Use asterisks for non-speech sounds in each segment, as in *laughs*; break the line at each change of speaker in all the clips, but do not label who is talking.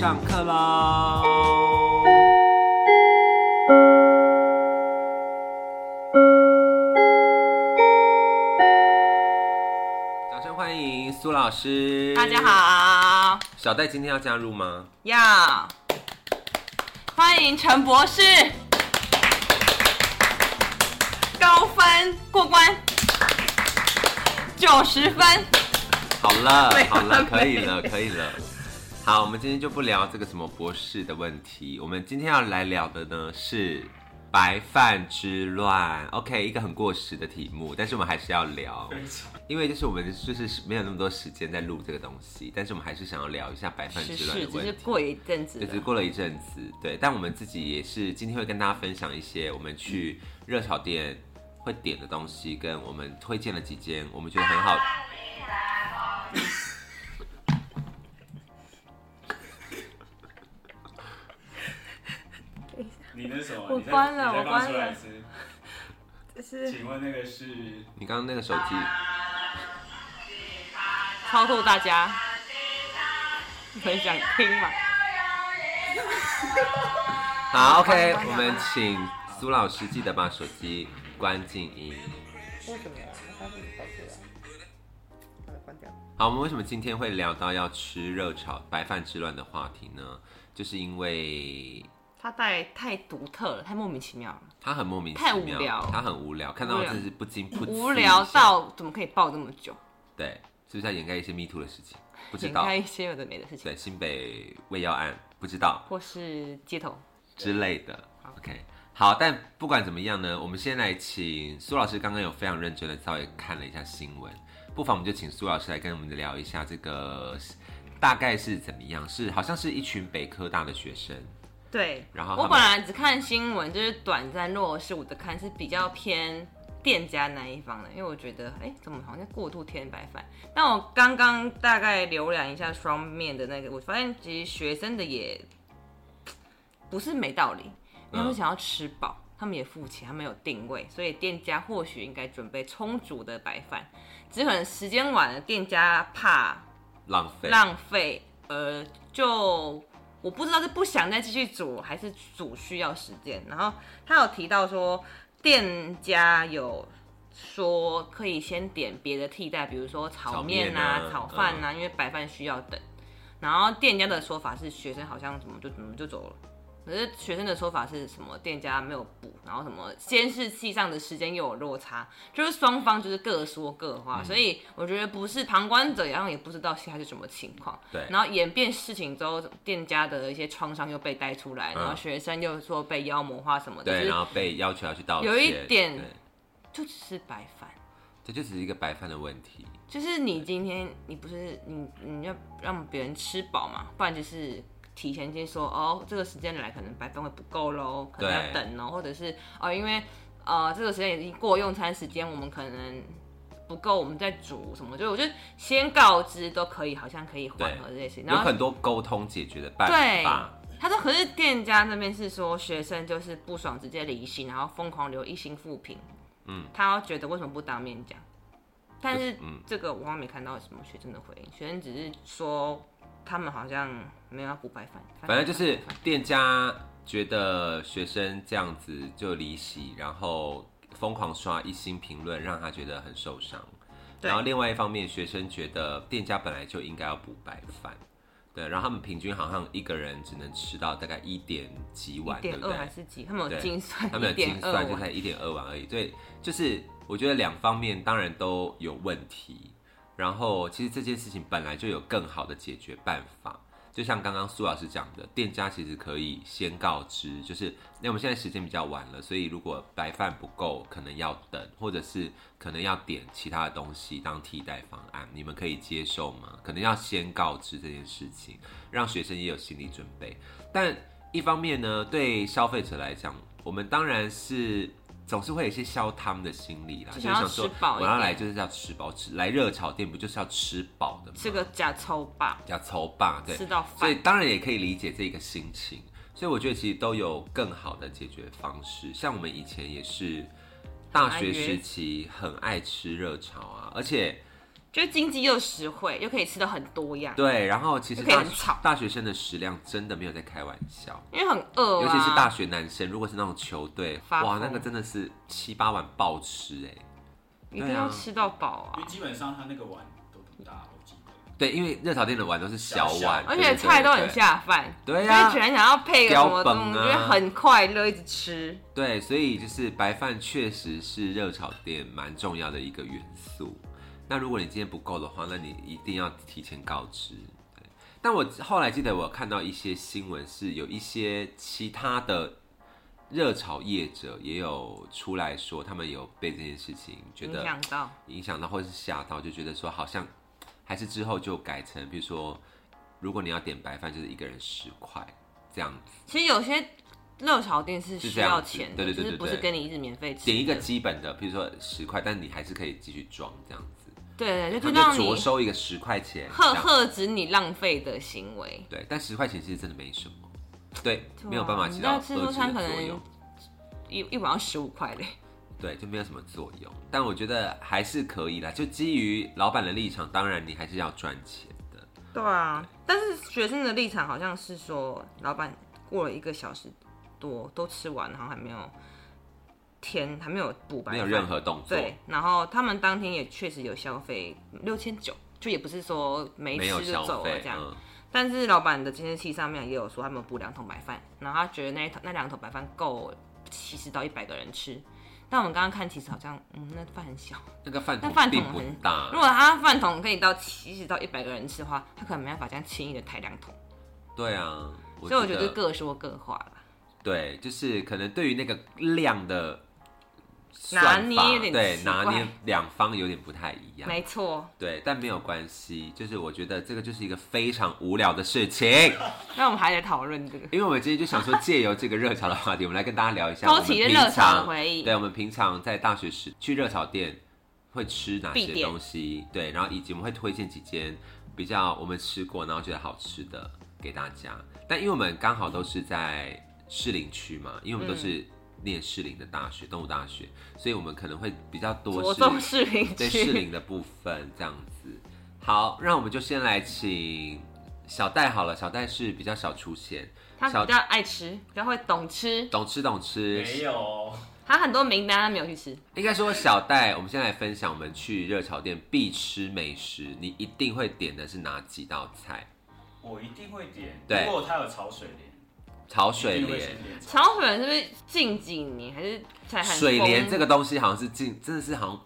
上课喽！掌声欢迎苏老师。
大家。好，
小戴今天要加入吗？
要欢迎陈博士，高分过关，九十分。
好了
没，有
好了，
了
可以
没
了，可以了。好，我们今天就不聊这个什么博士的问题，我们今天要来聊的呢是白饭之乱。OK，一个很过时的题目，但是我们还是要聊，因为就是我们就是没有那么多时间在录这个东西，但是我们还是想要聊一下白饭
是
之乱
是，
的
只
问
是
题。
过一阵子
对，
了
只是过了一阵子，对，但我们自己也是今天会跟大家分享一些我们去
嗯
热炒店会点的东西，跟我们推荐了几间我们觉得很好。
你那什么？
我
你再
关了
你再
我关
放出来一
了
次
*laughs* 这是
请问那个是？
你刚刚那个手机。
超度大家，你们想听吗？
好
关
，OK，
关
我
了
们请苏老师记得把手机关静音。
为什么呀？他自己跑出来，把它
啊
关掉。
好，我们为什么今天会聊到要吃热炒白饭之乱的话题呢？就是因为
他带太独特了，太莫名其妙了，
它很莫名其
太无
妙
聊，
它很无聊，看到
无
我
聊
真是不禁不
无聊到怎么可以爆这么久？
对，是不是在掩盖一些 me too 的事情？不知
掩
道
盖，一些有的没的事情，
对，新北未要案不知道
或是街头。
之类的。OK，好，但不管怎么样呢，我们先来请苏老师，刚刚有非常认真的稍微看了一下新闻，不妨我们就请苏老师来跟我们聊一下这个大概是怎么样，是好像是一群北科大的学生，
对，
然后他
我
们
本来只看新闻，就是短暂弱势，我的看是比较偏店家那一方的，因为我觉得，哎、怎么好像过度添白饭？但我刚刚大概浏览一下双面的那个，我发现其实学生的也不是没道理，因为他们想要吃饱，他们也付钱，他们有定位，所以店家或许应该准备充足的白饭，只是可能时间晚了，店家怕
浪费，
浪费，呃，就我不知道是不想再继续煮，还是煮需要时间。然后他有提到说，店家有说可以先点别的替代，比如说炒面啊、
炒面啊嗯
炒饭啊，因为白饭需要等。然后店家的说法是，学生好像怎么就怎么就走了。可是学生的说法是什么？店家没有补，然后什么监视器上的时间又有落差，就是双方就是各说各话，
嗯
所以我觉得不是旁观者，然后也不知道现在是什么情况。
对
然后演变事情之后，店家的一些创伤又被带出来，
嗯
然后学生又说被妖魔化什么的，
对，然
就是
后被要求要去道歉，
有一点
对，
就只是白饭。
这就只是一个白饭的问题，
就是你今天你不是你你要让别人吃饱嘛，不然就是提前先说哦，这个时间来可能白饭会不够喽，可能
对
要等哦，或者是哦，因为呃这个时间已经过用餐时间，我们可能不够，我们再煮什么，就是我觉得先告知都可以，好像可以缓和这些事情。
有
然后
很多沟通解决的办
对
法，，
他说可是店家那边是说学生就是不爽，直接离心，然后疯狂留一星负评，
嗯，
他觉得为什么不当面讲？但是
嗯
这个我好像没看到有什么学生的回应，学生只是说他们好像没有要补白饭，
反正就是
白饭
店家觉得学生这样子就离席，然后疯狂刷一星评论，让他觉得很受伤。
对
然后另外一方面，学生觉得店家本来就应该要补白饭，对，然后他们平均好像一个人只能吃到大概一点几碗，
一
对
点
不
二
对？
还是几？他们有
对
精算
他们
一
有
点
精
二
算就
碗
才一点二碗而已，所以就是我觉得两方面当然都有问题，然后其实这件事情本来就有更好的解决办法，就像刚刚苏老师讲的，店家其实可以先告知，就是那我们现在时间比较晚了，所以如果白饭不够，可能要等，或者是可能要点其他的东西当替代方案，你们可以接受吗？可能要先告知这件事情，让学生也有心理准备，但。一方面呢，对消费者来讲，我们当然是总是会有一些消汤的心理啦，就
就是想要
想说
吃饱一
我要
点
来就是要吃饱，吃来热炒店不就是要吃饱的吗？
吃个假抽吧，
要抽霸，对，
吃到
所以
饭。
当然也可以理解这个心情。所以我觉得其实都有更好的解决方式，像我们以前也是大学时期很爱吃热炒啊，而且
就是经济又实惠，又可以吃到很多样，
对，然后其实
可以
大
很吵
大学生的食量真的没有在开玩笑，
因为很饿、啊，
尤其是大学男生，如果是那种球队，
发
哇，
疯
那个真的是七八碗暴吃哎。
一定要吃到饱啊
因为，基本上他那个碗都不大，我记得。
对，因为热炒店的碗都是小
小
碗，
而
对
且
对对
菜都很
对
下饭，
对
所
呀
以全想要配个什
标
么
本
东西，
啊
就是很快乐一直吃。
对，所以就是白饭确实是热炒店蛮重要的一个元素。那如果你今天不够的话，那你一定要提前告知。对，但我后来记得我看到一些新闻是有一些其他的热炒业者也有出来说，他们有被这件事情觉
影
得
响到
影响到或者是吓到，就觉得说好像还是之后就改成，比如说如果你要点白饭，就是一个人十块这样子，
其实有些热炒店是
是
需
这样
要
子
钱的，
对对对
就是
对
不是
对
跟你一直免费吃的，
点一个基本的，比如说十块，但你还是可以继续装这样子，
对
他
对，就
们
就让
就着
你
收一个十块钱，这
呵
样
呵止你浪费的行为。
对，但十块钱其实真的没什么，对，
对啊
没有办法起到
你知道自助
遏
餐
制的
可
作
能
用，
一一碗要十五块嘞，
对，就没有什么作用。但我觉得还是可以啦，就基于老板的立场，当然你还是要赚钱的，
对啊，但是学生的立场好像是说，老板过了一个小时多都吃完，然后还没有填，还没有补白饭，
没有任何动作，
对，然后他们当天也确实有消费六千九，就也不是说没
没有
吃就
消
走了
费，
这样。
嗯，
但是老板的监视器上面也有说他们补两桶白饭，然后他觉得那一桶那两桶白饭够七十到一百个人吃。但我们刚刚看，其实好像嗯，那饭很小。
那个饭
那饭
桶
桶
哦并不
很
大
如，果他饭桶可以到七十到一百个人吃的话，他可能没办法这样轻易的抬两桶。
对啊，
所以我觉得各说各话啦。
对，就是可能对于那个量的算
拿
法。
捏有点
对
奇
拿
怪
捏两方有点不太一样，
没错。
对，但没有关系，就是我觉得这个就是一个非常无聊的事情， *laughs*
那我们还在讨论这个。
因为我们今天就想说借由这个热潮的话题，我们来跟大家聊一下
勾
我们
起
平
热潮的
常
回忆
对，我们平常在大学时去热潮店会吃哪
必
些
点
东西？对，然后以及我们会推荐几间比较我们吃过然后觉得好吃的给大家。但因为我们刚好都是在士林区嘛，因为
嗯
我们都是念士林的大学，动物大学，所以我们可能会比较多
着
是
重视频
对
区
适龄的部分这样子。好，让我们就先来请小戴好了，小戴是比较少出现，
他
小
比较爱吃，比较会懂吃。
懂吃懂吃。
没有，
他很多名单他没有去吃，
应该说小戴，我们先来分享我们去热炒店必吃美食，你一定会点的是哪几道菜？
我一定会点。
对
如果他有潮水莲，
炒
一
水
定会先
莲，
点 *laughs*
炒粉是不是近几年还是才很
水莲这
个？
个东西好像是近，真的是好像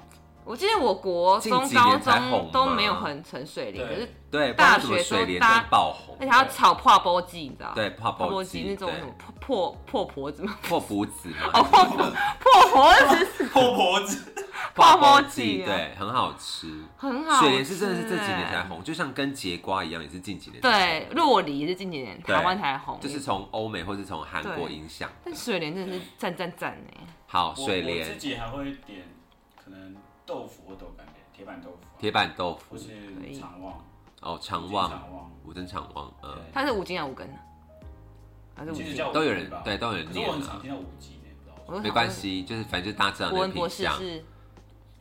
我记得我国
近
中、
几
高
年才红
中都
吗
没有很成水莲，可
对
是
对，不知道
大
为什么
学
水莲
都搭
真的爆红
而且，还要炒破波鸡，你知道吗？
对，泡
破
泡
波鸡
鸡，
那种
对
什，么破破破婆子吗？
破釜子
哦，
嘛，
破婆破婆子
破婆子，
*laughs*
泡
泡
泡
泡鸡啊
对，很好吃。
很好吃
水
欸，欸
莲是真的是这几年才红，就像跟节瓜一样，也是近几年才红。
对，洛梨也是近几年
对
台湾才红，
就是从欧美或是从韩国影响。
但水莲真的是赞赞赞哎，
好，
我
*laughs* 水
我自
莲、
己还会点，可能豆腐或豆干面，铁板豆腐啊，
铁板豆
或
腐，
是肠旺，
哦，肠旺、
肠旺，
五珍肠旺，嗯，
对
它是五斤还是五根啊？还是五
其实
斤？
叫
都有
五级
人
吧
对都有人
可是我很
念啊
常听到五级呢，不知道为什
我就想
没
说
关，系，就是反正就大家知道
国
那个
文博
品
士
相。
是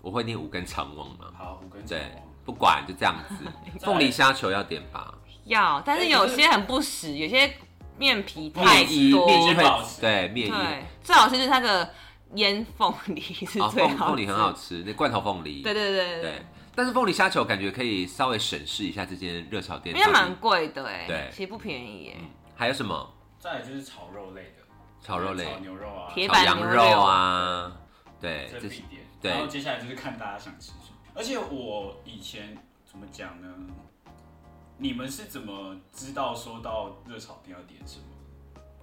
我会念五根肠旺嘛
么，好，五跟肠
嗯对
旺。，
不管就这样
*laughs*
子。凤梨虾球要点吧，
要，但是
哎
有
可是
些很不实，有些面皮太
面衣
多，
面衣
面包
会
吃
对面衣
对，最好吃就是那个腌凤梨是
啊，
最
凤
好，
凤梨很好，吃，那罐头凤梨，
对对对
对，但是凤梨虾球感觉可以稍微审视一下这间热炒店
因
到
为
底，
它蛮贵的哎，
对
其实不便宜耶，哎
嗯还有什么
再来就是炒肉类的，
炒肉类、
炒牛肉啊，
铁
炒
板
羊
牛
肉
柳
啊，对，
这
这
是
是
必点。
对
然后接下来就是看大家想吃什么。而且我以前怎么讲呢？你们是怎么知道说到热炒店要点什么？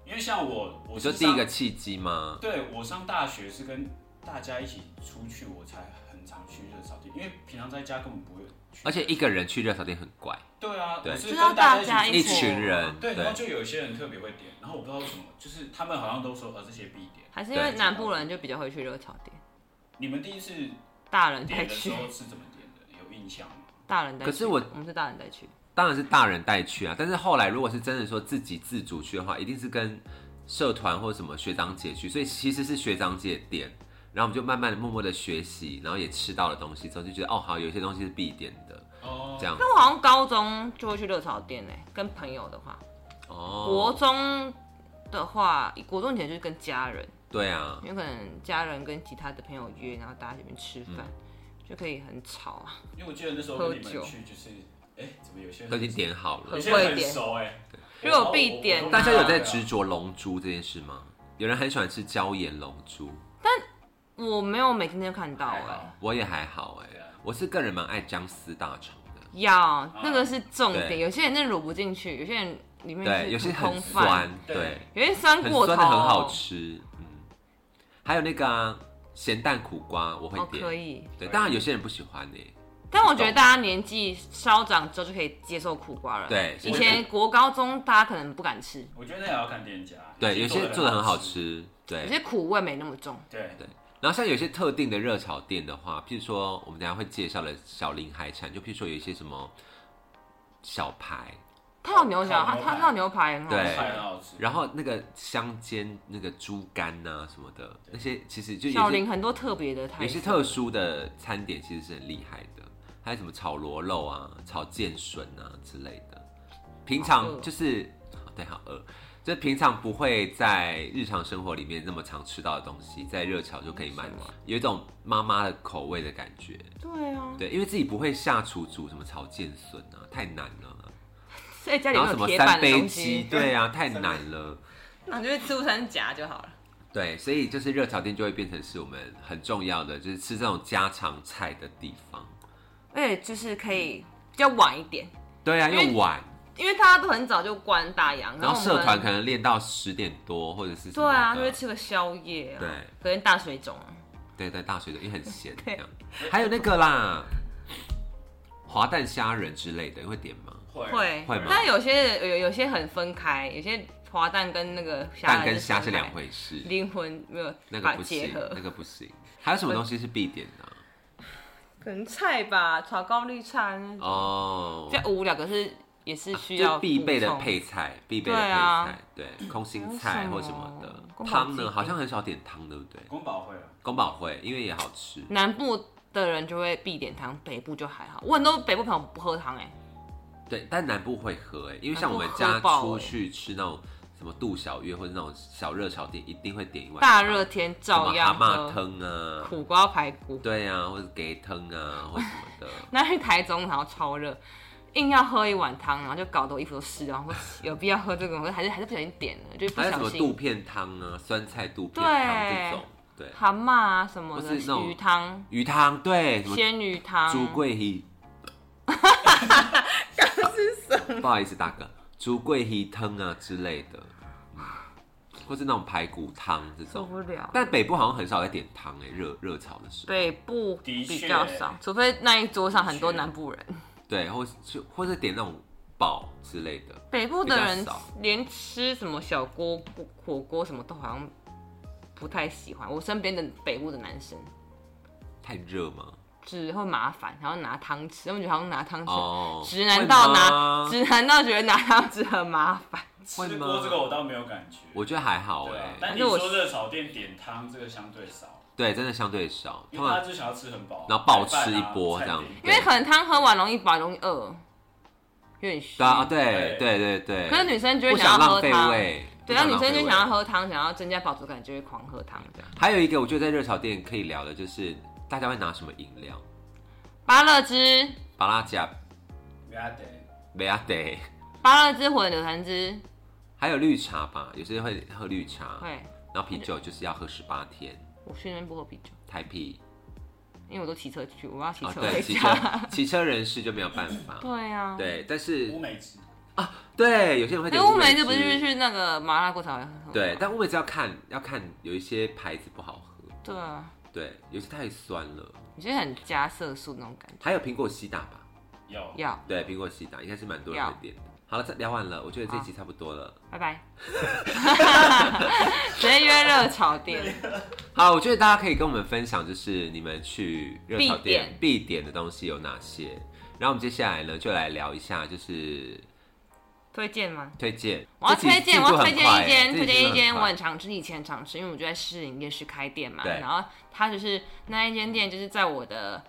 因为像我，我
你说
是
第一个
上，
契机吗？
对我上大学是跟大家一起出去，我才很常去热炒店，因为平常在家根本不会去。
而且一个人去热炒店很怪，
对啊，
对
我是
知道
跟
大
大
家
家
一
一
一起
起
出去
群人
对，然后
对
就有一些人特别会点，然后我不知道为什么，就是他们好像都说呃这些必点。
还是因为
对
南部人就比较会去热炒店，
你们第一次
大人
点
带
的
去
时，候是怎么点的？有印象吗？
大人带去，
可是我
我们是大人带去，
当然是大人带去啊。但是后来如果是真的说自己自主去的话，一定是跟社团或什么学长姐去，所以其实是学长姐点，然后我们就慢慢的、默默的学习，然后也吃到了东西之后，就觉得哦，好，有些东西是必点的，
哦
这，样
那我好像高中就会去热炒店哎、跟朋友的话，国
哦，
中的话，国中以前就是跟家人，
对啊，
因为可能家人跟其他的朋友约，然后大家这边吃饭。
嗯
就可以很吵啊，
因为我记得那时候
喝
跟你们
酒
去就是，哎、怎么有些人
都已经点好了
有
很。
些人
会
很
点
熟哎、
就有必点
我我
啊
大家有在执着龙珠这件事吗？有人很喜欢吃椒盐龙珠，
我没有每天都看到哎、
还好
我也还好哎、
对啊
我是个人蛮爱姜丝大肠的，
要那个是重点，
对
有些人真的卤不进去，有些人里面
对，有
是
些很
空泛
酸，，
对
对，
有些酸
*laughs* 很
过
酸
头，
的很好吃，嗯，还有那个啊咸蛋苦瓜我会
哦，可
点，
以。
对，当然有些人不喜欢呢、
但我觉得大家年纪稍长之后就可以接受苦瓜了。
对
以前国高中大家可能不敢吃，
我觉得那也要看店家，
对，有些做的很好，吃，
有
对，
些苦味没那么重。
对，
然后像有些特定的热炒店的话，譬如说我们等一下会介绍的小林海产，就譬如说有一些什么小排，
它有哦牛角，它
烤牛排
它它有牛排很好
对
吃，
菜很好吃，
然后那个香煎那个猪肝呐、什么的，那些其实就
小
有些
林很多特别的台
有些特殊的餐点其实是很厉害的，还有什么炒螺肉啊、炒剑笋啊之类的。平
好饿
常就是哦对，好饿，就是平常不会在日常生活里面那么常吃到的东西，在热炒就可以满足
什么，
有一种妈妈的口味的感觉。
对啊，
对，因为自己不会下厨煮什么炒剑笋啊，太难了。
所以家里
然
没
后什
有
么
铁
三
板的
杯
东
鸡，
西，
对啊，太难了。
那你就去吃午餐夹就好了。
对，所以就是热炒店就会变成是我们很重要的，就是吃这种家常菜的地方。
而且就是可以比较晚一点，
对啊，
因为
又晚，
因为大家都很早就关大洋，
然后
我们
社团可能练到十点多或者是什
对
么
啊，就
的
会吃个宵夜啊，
对，
可能大水肿啊。
对对，大学的也很闲这
对
样。还有那个啦，滑蛋虾仁之类的，你会点吗？
会
会
会吗
但有些有有些很分开，有些滑蛋跟那个虾
蛋
还
跟虾是
分开
两，回事，
灵魂没有
那个
把
不
结
行，
合，
那个不行。还有什么东西是必点的啊、
可能菜吧，炒高丽菜啊那种，
哦啊
比，较无聊，可是也是需
就
要
是必备的
补充。
配菜，必备的配
对啊
菜，对，空心菜或什么
还有什
的。
么
汤
宫保鸡
呢，
丁
好像很少点汤，对不对？
宫保会啊，
宫保会，因为也好吃。
南部的人就会必点汤，北部就还好。我很多北部朋友不喝汤哎、
对，但南部会喝哎、因为像我们
南
家
部喝爆欸
出去吃那种什么杜小月或者那种小热炒店，一定会点一碗
大
汤
热天
什么
照样
蛤蟆
喝
汤啊，
苦瓜排骨。
对啊，或者给汤啊，或什么的。
那去台中然后超热，硬要喝一碗汤，然后就搞得我衣服都湿
*laughs*
了。然后说有必要喝这个吗，我说还是还是不小心点了， *laughs* 就不
还有什
小
么肚
心。
片汤啊，酸菜肚片汤这
对
种，对，
蛤蟆啊什么
或
的
是那种
鱼汤、
鱼汤对，什么
鲜鱼汤、
朱贵
*laughs*
鱼，刚是 *laughs* 什么？不好意思，大哥，朱贵鱼汤啊之类的，嗯或是那种排骨汤这
受
种。
不了。
但北部好像很少在点汤哎、热热炒的时候，
北部
的确
比较少，除非那一桌上很多
的确
南部人。
对，或是或是点那种煲之类的，
北部的
比
人
较少
连吃什么小锅火火锅什么都好像不太喜欢。我身边的北部的男生
太热吗？
只会麻烦，然后拿汤匙，他们觉得好像拿汤匙。
哦，
直男到拿，
会吗
直男到觉得拿汤匙很麻烦。
会
吃
吗
锅这个我倒没有感觉，
我觉得还好
对
哎、
啊，但
可
你
是我
说热炒店点汤这个相对少，
对，真的相对少，
因
通
为大
常
家就想要吃很饱，
然后暴吃一波这
菜饭啊
样
菜，
因为可能汤喝完容易饱，容易饿，有点虚。
对啊，对对对对，
可是女生就
不
会
想
要
浪
喝
费
汤，
胃，
对，
不
那女
浪费
生就
胃啊
想要喝汤，想要增加饱足感，就会狂喝汤这样。
还有一个，我觉得在热炒店可以聊的就是大家会拿什么饮料，
芭乐汁、
巴拉加、
没得
梅亚得，
芭乐汁或者柳橙汁，
还有绿茶吧，有些会喝绿茶，
会。
然后啤酒就是要喝十八天，
我去那边不喝啤酒，
台啤
因为我都骑车去，我要骑
啊，
车
对，
回
骑
*laughs* 家。
车骑车人士就没有办法，
对啊，。
对，但是
乌梅汁，
对有些人会点
那乌梅
梅
子不是去那个麻辣锅才会喝吗？
对，但乌梅汁要看要看有一些牌子不好喝，
对啊，
对，有些太酸了，
你觉得很加色素那种感觉。
还有苹果西打吧，哦
有
要，
对，苹果西打应该是蛮多人会点的。好了，这聊完了，我觉得这集差不多了。
拜拜。 *laughs* 直接约热炒店，
好，我觉得大家可以跟我们分享，就是你们去热炒店必点的东西有哪些。然后我们接下来呢，就来聊一下，就是
推荐吗？
推荐，
我要
这其
推
实
荐，
进
我
度
要
很
推荐
快
一间，
欸
推荐一间，我。
这其实
很常吃，以前常吃，因为我就在士林夜市开店嘛。
对
然后它就是那一间店，就是在我的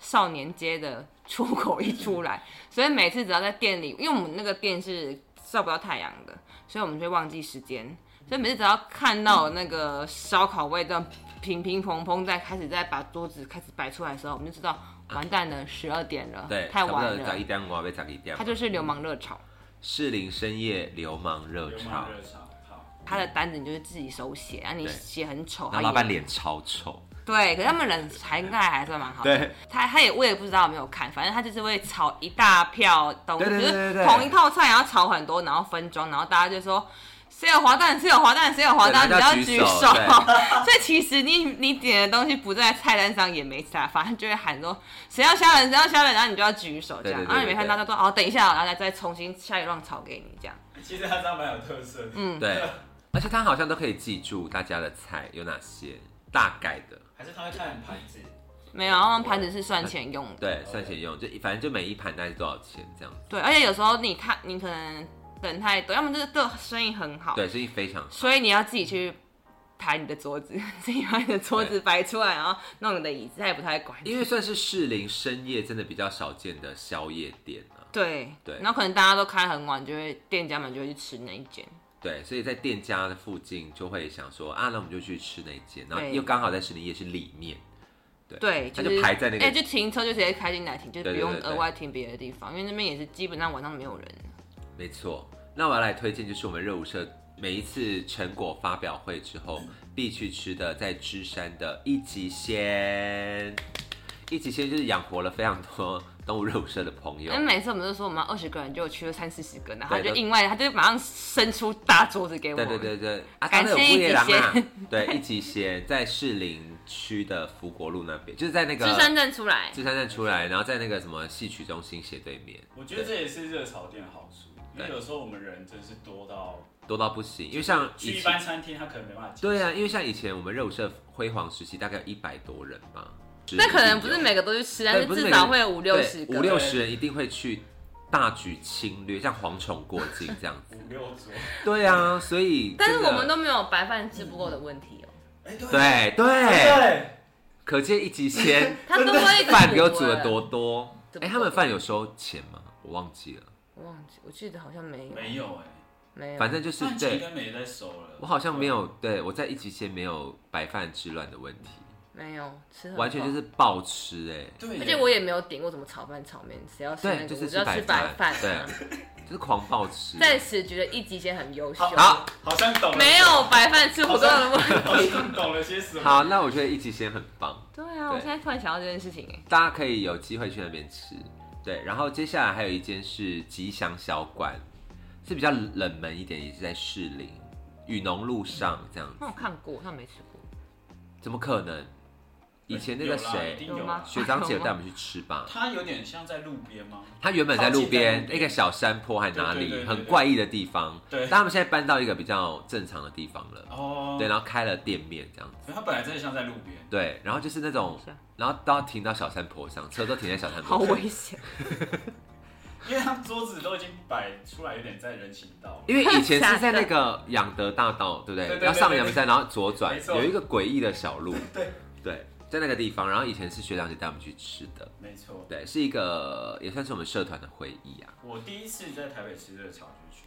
少年街的出口一出来， *laughs* 所以每次只要在店里，因为我们那个店是照不到太阳的，所以我们就会忘记时间。所以每次只要看到那个烧烤味道平平砰砰在开始在把桌子开始摆出来的时候，我们就知道完蛋了，十二点了，
对，
啊太晚
差
了
一。点，我要被砸一点
它。就是流氓热炒。
士林深夜流氓热
流
炒
氓，
嗯
热潮，好，
他的单子你就是自己手写，然后你
对
写很丑，
然后
他
老板
也
脸超丑，
对，可是他们人才应该还算蛮好的。
对，
他他也我也不知道有没有看，反正他就是会炒一大票东西，
对对对对
就
对
是同一套菜，然后炒很多，然后分装，然后大家就说。谁有滑蛋？谁有滑蛋？谁有滑蛋？你
对
要
大家
举
举手
手。 *laughs* 所以其实你你点的东西不在菜单上也没差，反正就会喊说谁要虾仁，谁要虾仁，然后你就要举手这样。
对对对
然后你没
对
看到，
对
他说哦，等一下，然后再再重新下一 round 炒给你这样。
其实他这样蛮有特色的。
嗯，
对，而且他好像都可以记住大家的菜有哪些，大概的，
还是他会看盘子，
没有，然后盘子是算钱用的。
对，算钱用，就反正就每一盘大概多少钱这样子，
对，而且有时候你太，你可能等太多，要么就是对生意很好，
对，生意非常
所以你要自己去抬你的桌子， *laughs* 自己把你的桌子摆出来，然后弄你的椅子，他也不太管你。
因为算是士林深夜真的比较少见的宵夜店啊，
对
对
然后可能大家都开很晚，就会店家们就会去吃那一间。
对，所以在店家的附近就会想说啊，那我们就去吃那一间，然后
对
又刚好在士林夜市里面，
对，
他
是
就排在那个
哎、就停车就直接开进来停，就是
对
不
对
用
对对
额外停别的地方，因为那边也是基本上晚上没有人。
没错。那我要来推荐就是我们热舞社每一次成果发表会之后必去吃的，在芝山的一级鲜，一级鲜就是养活了非常多动物热舞社的朋友
因为。每次我们都说我们二十个人，就有去了三四十个，然后他
对
就
都
另外他就马上伸出大桌子给我
对
们。
对对对，啊，
感谢
当然有
一级
狼啊
鲜，
对，一级鲜在士林区的福国路那边，就是在那个
芝山站出来，
芝山站出来，然后在那个什么戏曲中心斜对面，
我觉得这也是热炒店的好处，因为有时候我们人真是多到
多到不行。因为像
去
以
一般
前，
餐厅他可能没办法。
对啊，因为像以前我们热舞社辉煌时期，大概有一百多人吧。
那可能不是每个都去吃，但
对
是
不是
至
每个
少会有五六十
对
个。
五六十人一定会去大举侵略，像蝗虫过境这样子。
五六桌，
*laughs* 对啊，所以
但是
真的
我们都没有白饭吃不够的问题哦、
哎，对
对对，
对，
可见一级鲜
*laughs* 他都会
饭给我煮
煮
的
了，
多多。
怎么
哎，他们饭有收钱吗？我忘记了，
我忘记，我记得好像没有，
没有哎，
没有，
反正就是
饭应
对
该没在收了。
我好像没有对我在一级鲜没有白饭之乱的问题。
没有吃很饱，
完全就是暴吃哎、
对，
而且我也没有点过什么炒饭、炒面，谁要吃那
对，
个，
就
我
是
就要吃
白
白饭、
对
啊。，
就是狂暴吃。
暂时觉得一级先很优秀，
好，
好
好像懂了，
没有白饭吃不够的问题。
好像懂了些什么。
好，那我觉得一级鲜很棒，
*laughs* 对啊，我现在突然想到这件事情、哎，
大家可以有机会去那边吃。对，然后接下来还有一间是吉祥小馆，是比较冷门一点，也是在士林雨农路上这样子
哦那我看过，但没吃过。
怎么可能？以前那个
有啦一
谁
定有
有吗
学长姐有带我们去吃
*laughs*
吧？
它有点像在路边吗？
他原本在路边
靠近在路
那
边
个小山坡还哪
对对对
里，
对
很怪异的地方。
对
但他们现在搬到一个比较正常的地方了。
哦，
对，然后开了店面这样子。
它本来真的像在路边，
对，然后就是那种
是啊，
然后都要停到小山坡上，车都停在小山
好
坡上。
危险！
因为它桌子都已经摆出来，有点在人行道了。
因为以前是在那个养德大道，对不
对对
对？
对
要上阳明山，然后左转
没，错
有一个诡异的小路。
对
对，在那个地方，然后以前是学长姐带我们去吃的，
没错，
对，是一个也算是我们社团的回忆啊。
我第一次在台北吃热炒就是去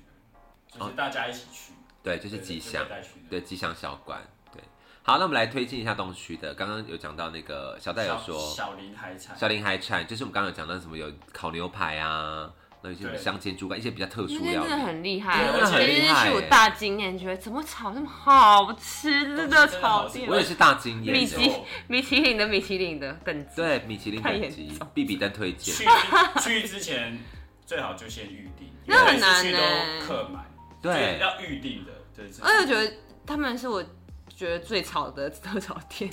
那个，就是大家一起去，
对，哦就是
对
吉
就
祥
被，带去的
对吉祥小馆。对，好，那我们来推荐一下东区的。刚刚有讲到那个小戴有
小
说
小林海产，
小林海产，就是我们刚刚有讲到什么有烤牛排啊，那有些什么
对
香煎猪肝，一些比较特
那
殊
天
料
真的
理。
很厉害，
对
真的很
这
厉
件
害
事是我
哎
大经验，觉得怎么炒那么好吃的炒
真的好吃
店
我？也是大惊
没
艳
米
的
错，
其米其林的米其林的等级。
对，米其林
太
等
严
级
重
必比登推荐。
去 *laughs* 去之前最好就先预定，因为
那很难
每次去
呢
都客满，就是
对，
要预定的，对，这是
哎而且我觉得他们是我觉得最吵的热炒店，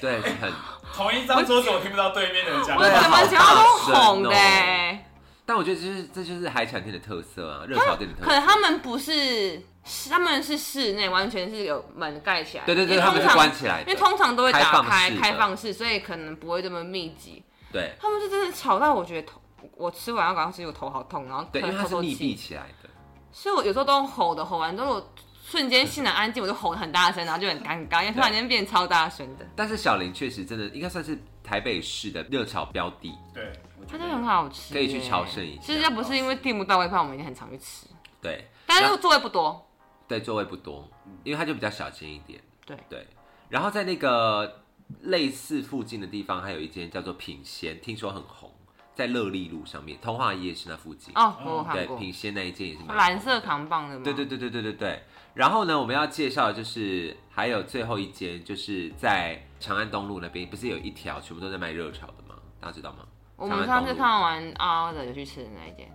对，很。
同一张桌子我听不到对面的人讲
*laughs*
我
对啊
怎
话，
么讲都红的、
好大声哦但我觉得这是这就是海产店的特色啊，热炒店的特
可
色。
能他们不是，他们是室内，完全是有门盖起来。
对对对，
因为
他
通
们是
常
关起来
因
的
为。通常都会打开
开放式的
开放式，所以可能不会这么密集。
对
他们是真的吵到我觉得头，我吃完要赶快吃，我头好痛，然后
对，因为它
透
是
透
密
气
闭。起来的。
所以我有时候都用吼的，吼完之后我瞬间现场安静，我就吼得很大声，然后就很尴尬，因为突然间变超大声的。
但是小林确实真的应该算是台北市的热炒标的，
对，我觉
它
得
真的很好吃耶，
可以去朝圣一下
其实要不是因为订不到外派，我们已经很常去吃，
对，
但
然
是
后
座位不多。
对座位不多，因为它就比较小间一点，
对
对。然后在那个类似附近的地方，还有一间叫做品鲜，听说很红，在乐利路上面，通化夜市那附近，
哦，我有看
嗯对，
过，
品鲜那一间也是蛮红的
蓝色扛棒的吗？
对对对对对对对。然后呢，我们要介绍的就是还有最后一间，就是在长安东路那边，不是有一条全部都在卖热炒的吗？大家知道吗？
我们上次看完啊的有去吃的那一间，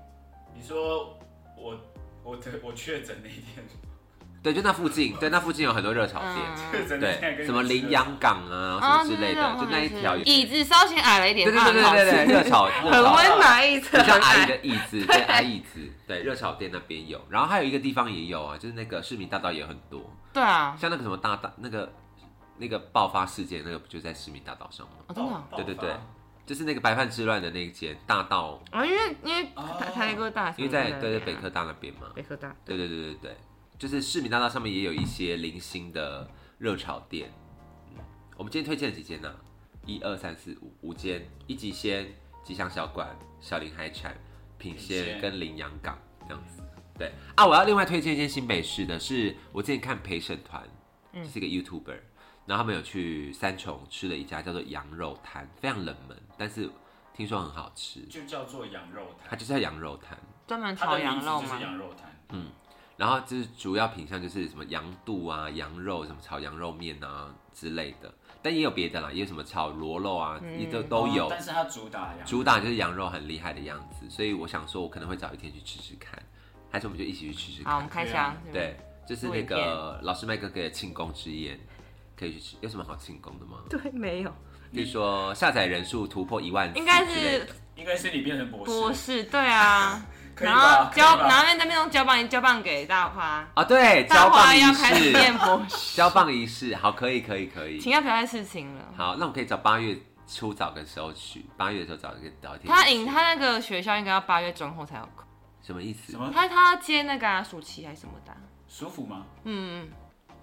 你说我我得我确诊那一天，
嗯
对，就那附近，对，那附近有很多热炒店， *laughs*
确诊那
对，
天跟
什么羚羊港啊
啊
什么之类的，就那一条有
椅子稍显矮了一点，
对对对对对对，对热炒热
很
炒，
温暖一
就
层，
像阿姨的椅子，对阿姨椅子，对热炒店那边有，然后还有一个地方也有啊，就是那个市民大道也很多，
对啊，
像那个什么大道那个那个爆发事件那个不就在市民大道上吗？
哦真的啊
爆
对对
爆
对
发
就是那个白饭之乱的那一间大道，
啊，因为因为
哦
台台科大，
因为在嗯对对啊北科大那边嘛，
北科大，
对对对对对，就是市民大道上面也有一些零星的热炒店。嗯，我们今天推荐了几间呢、一二三四五五间，一级鲜、吉祥小馆、小林海产、品
品
鲜
鲜
跟羚羊港这样子。对啊，我要另外推荐一间新北市的是，我之前看陪审团，就是一个 YouTuber，、然后他们有去三重吃了一家叫做羊肉摊，非常冷门，但是听说很好吃，
就叫做羊肉
它
摊，
就是羊肉摊。
专门
它
炒
的名
羊
字
肉
就
吗
是？羊肉摊，
然后就是主要品相就是什么羊肚啊、羊肉什么炒羊肉面啊之类的，但也有别的啦，也有什么炒螺肉啊，
嗯
也都都
哦
有。
但是它主打羊
主打就是羊肉很厉害的样子，所以我想说，我可能会找一天去吃吃看，还是我们就一起去吃吃
好，我嗯
看
们。开箱，
对，就是
录
那
影
个老师麦哥哥的庆功之宴，可以去吃。有什么好庆功的吗？
对，没有，
比如说下载人数突破一万次之
应
类的，
该是
应该是你变成博士，
博士，对啊，
可以
然
吧？
后
可以
交，
吧
然后在那边用交棒交棒给大花，
啊，对，
大
交
花
棒仪
要开始
式，
变博士，
交棒仪式，好，可以，可以，可以。
请要不要再事情了？
好，那我们可以找八月初找个时候去，八月的时候找一个找一天去。
他引他那个学校应该要八月中后才有空，
什么意思
什？么
他他要接那个啊暑期还是什么的啊，
舒服吗？
嗯，嗯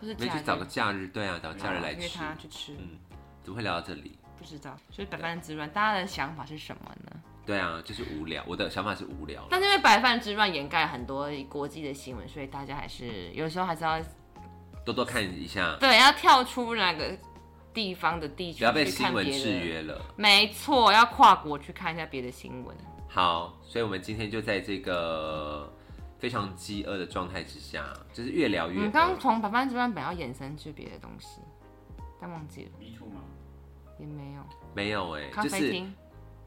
或是
那
假
就
日
找个假日，对啊，找假日来
约
吃。
他去吃，
嗯，怎么会聊到这里？
不知道，所以百般之乱，大家的想法是什么呢？
对啊，就是无聊。我的想法是无聊啦。
但是因为白饭之乱掩盖很多国际的新闻，所以大家还是有时候还是要
多多看一下，
对要跳出那个地方的地区
不要被
去
新
看
闻
别的
制。约了。
没错，要跨国去看一下别的新闻。
好，所以我们今天就在这个非常饥饿的状态之下，就是越聊
我
越
们
饿。
嗯刚刚从百般之乱本来要衍生去别的东西，但忘记了，
迷途吗？
也没有。
没有哎、
咖
就
啡
是
厅，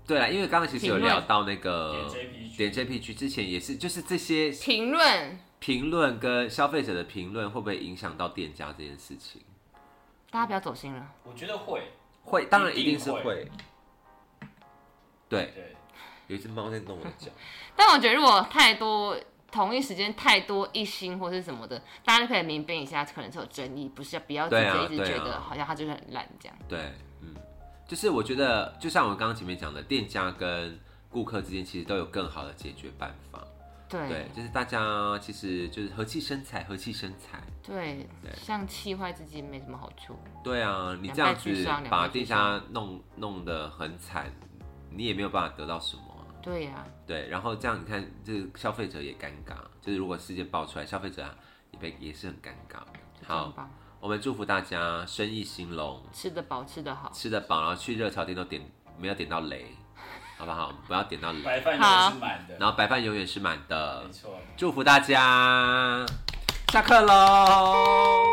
对了，因为刚刚其实有
评论
聊到那
点
个
JP
点 JPG 之前也是，就是这些
评论，
评论跟消费者的评论会不会影响到店家这件事情？
大家不要走心了。
我觉得会，
会，当然一定是
一定
会。对，
对，
有一只猫在弄我的脚。
但我觉得如果太多同一时间太多一星或是什么的，大家就可以明辨一下，可能是有争议，不是不要直
对啊
接一直
对啊
觉得好像他就是很烂这样。
对，嗯，就是我觉得，就像我刚刚前面讲的，店家跟顾客之间其实都有更好的解决办法。
对
对，就是大家其实就是和气生财，和气生财。
对
对
像气坏自己没什么好处。
对啊，你
两
这样
败
子
俱伤两
把
败俱
店家弄弄得很惨，你也没有办法得到什么啊、
对呀、
对，然后这样你看，就是消费者也尴尬，就是如果事件爆出来，消费者啊也被也是很尴尬。
就这样
好，
吧，
我们祝福大家生意兴隆，
吃得饱，吃得好。
吃得饱，然后去热炒店都点没有点到雷，好不好？不要点到雷，
白饭也是满的，
然后白饭永远是满的
没。错。
祝福大家，下课喽。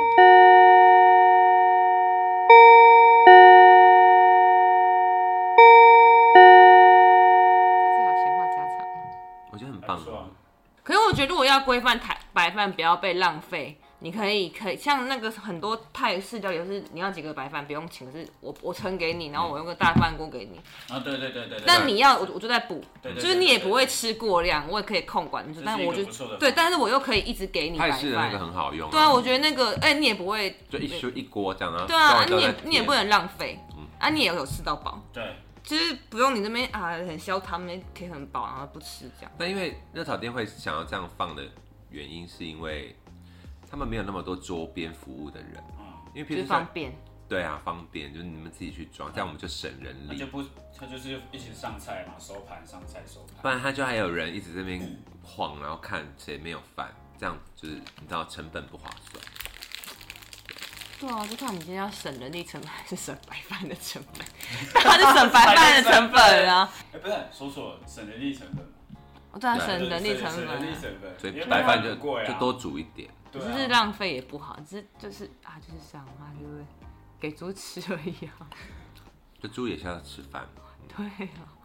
这是好闲话家常。
我觉得很
还
棒
不，错啊
可是我觉得，如果要规范台白饭不要被浪费，你可以可以像那个很多泰式料理，就是你要几个白饭不用请，是我我盛给你，然后我用个大饭锅给你。
啊，对对对对对。
但你要我我就在补，
对对
就是你也不会吃过量，我也可以控管住，
这
但
是一
我
个
就
不错的
对，
方法
但是我又可以一直给你白
泰式的那个
饭。
很好用、
对啊，我觉得那个，哎、你也不会，
就一就一锅这样啊。
对啊，啊
然后
你
都在
也你也
舔
不能浪费，啊，你也有吃到饱，
对，
就是不用你那边啊很消他们填很饱，然后不吃这样。
那因为热炒店会想要这样放的原因，是因为他们没有那么多周边服务的人，
嗯，
因为譬
就
如
是
说
方
像
便，
对啊方便，就是你们自己去装，这样我们就省人
他
力
就。不，他就是一起上菜嘛，收盘上菜收盘。
不然他就还有人一直这边晃，然后看谁没有饭，这样就是你知道成本不划算。
对啊，就看你今天要省人力成本还是省白饭的成 *laughs* 本，当然是省白饭的成本啊。
哎、不是说错了，省人力成本嘛，
我当然
对
省人力
对
成
省
本、
人力
啊，
成本，
所以
因为
白饭就
不贵啊，
就多煮一点。
对
只是
啊，
浪费也不好，只是就是啊，就是想啊，对不对？给猪吃而已啊。
就猪也是要吃饭，
对啊，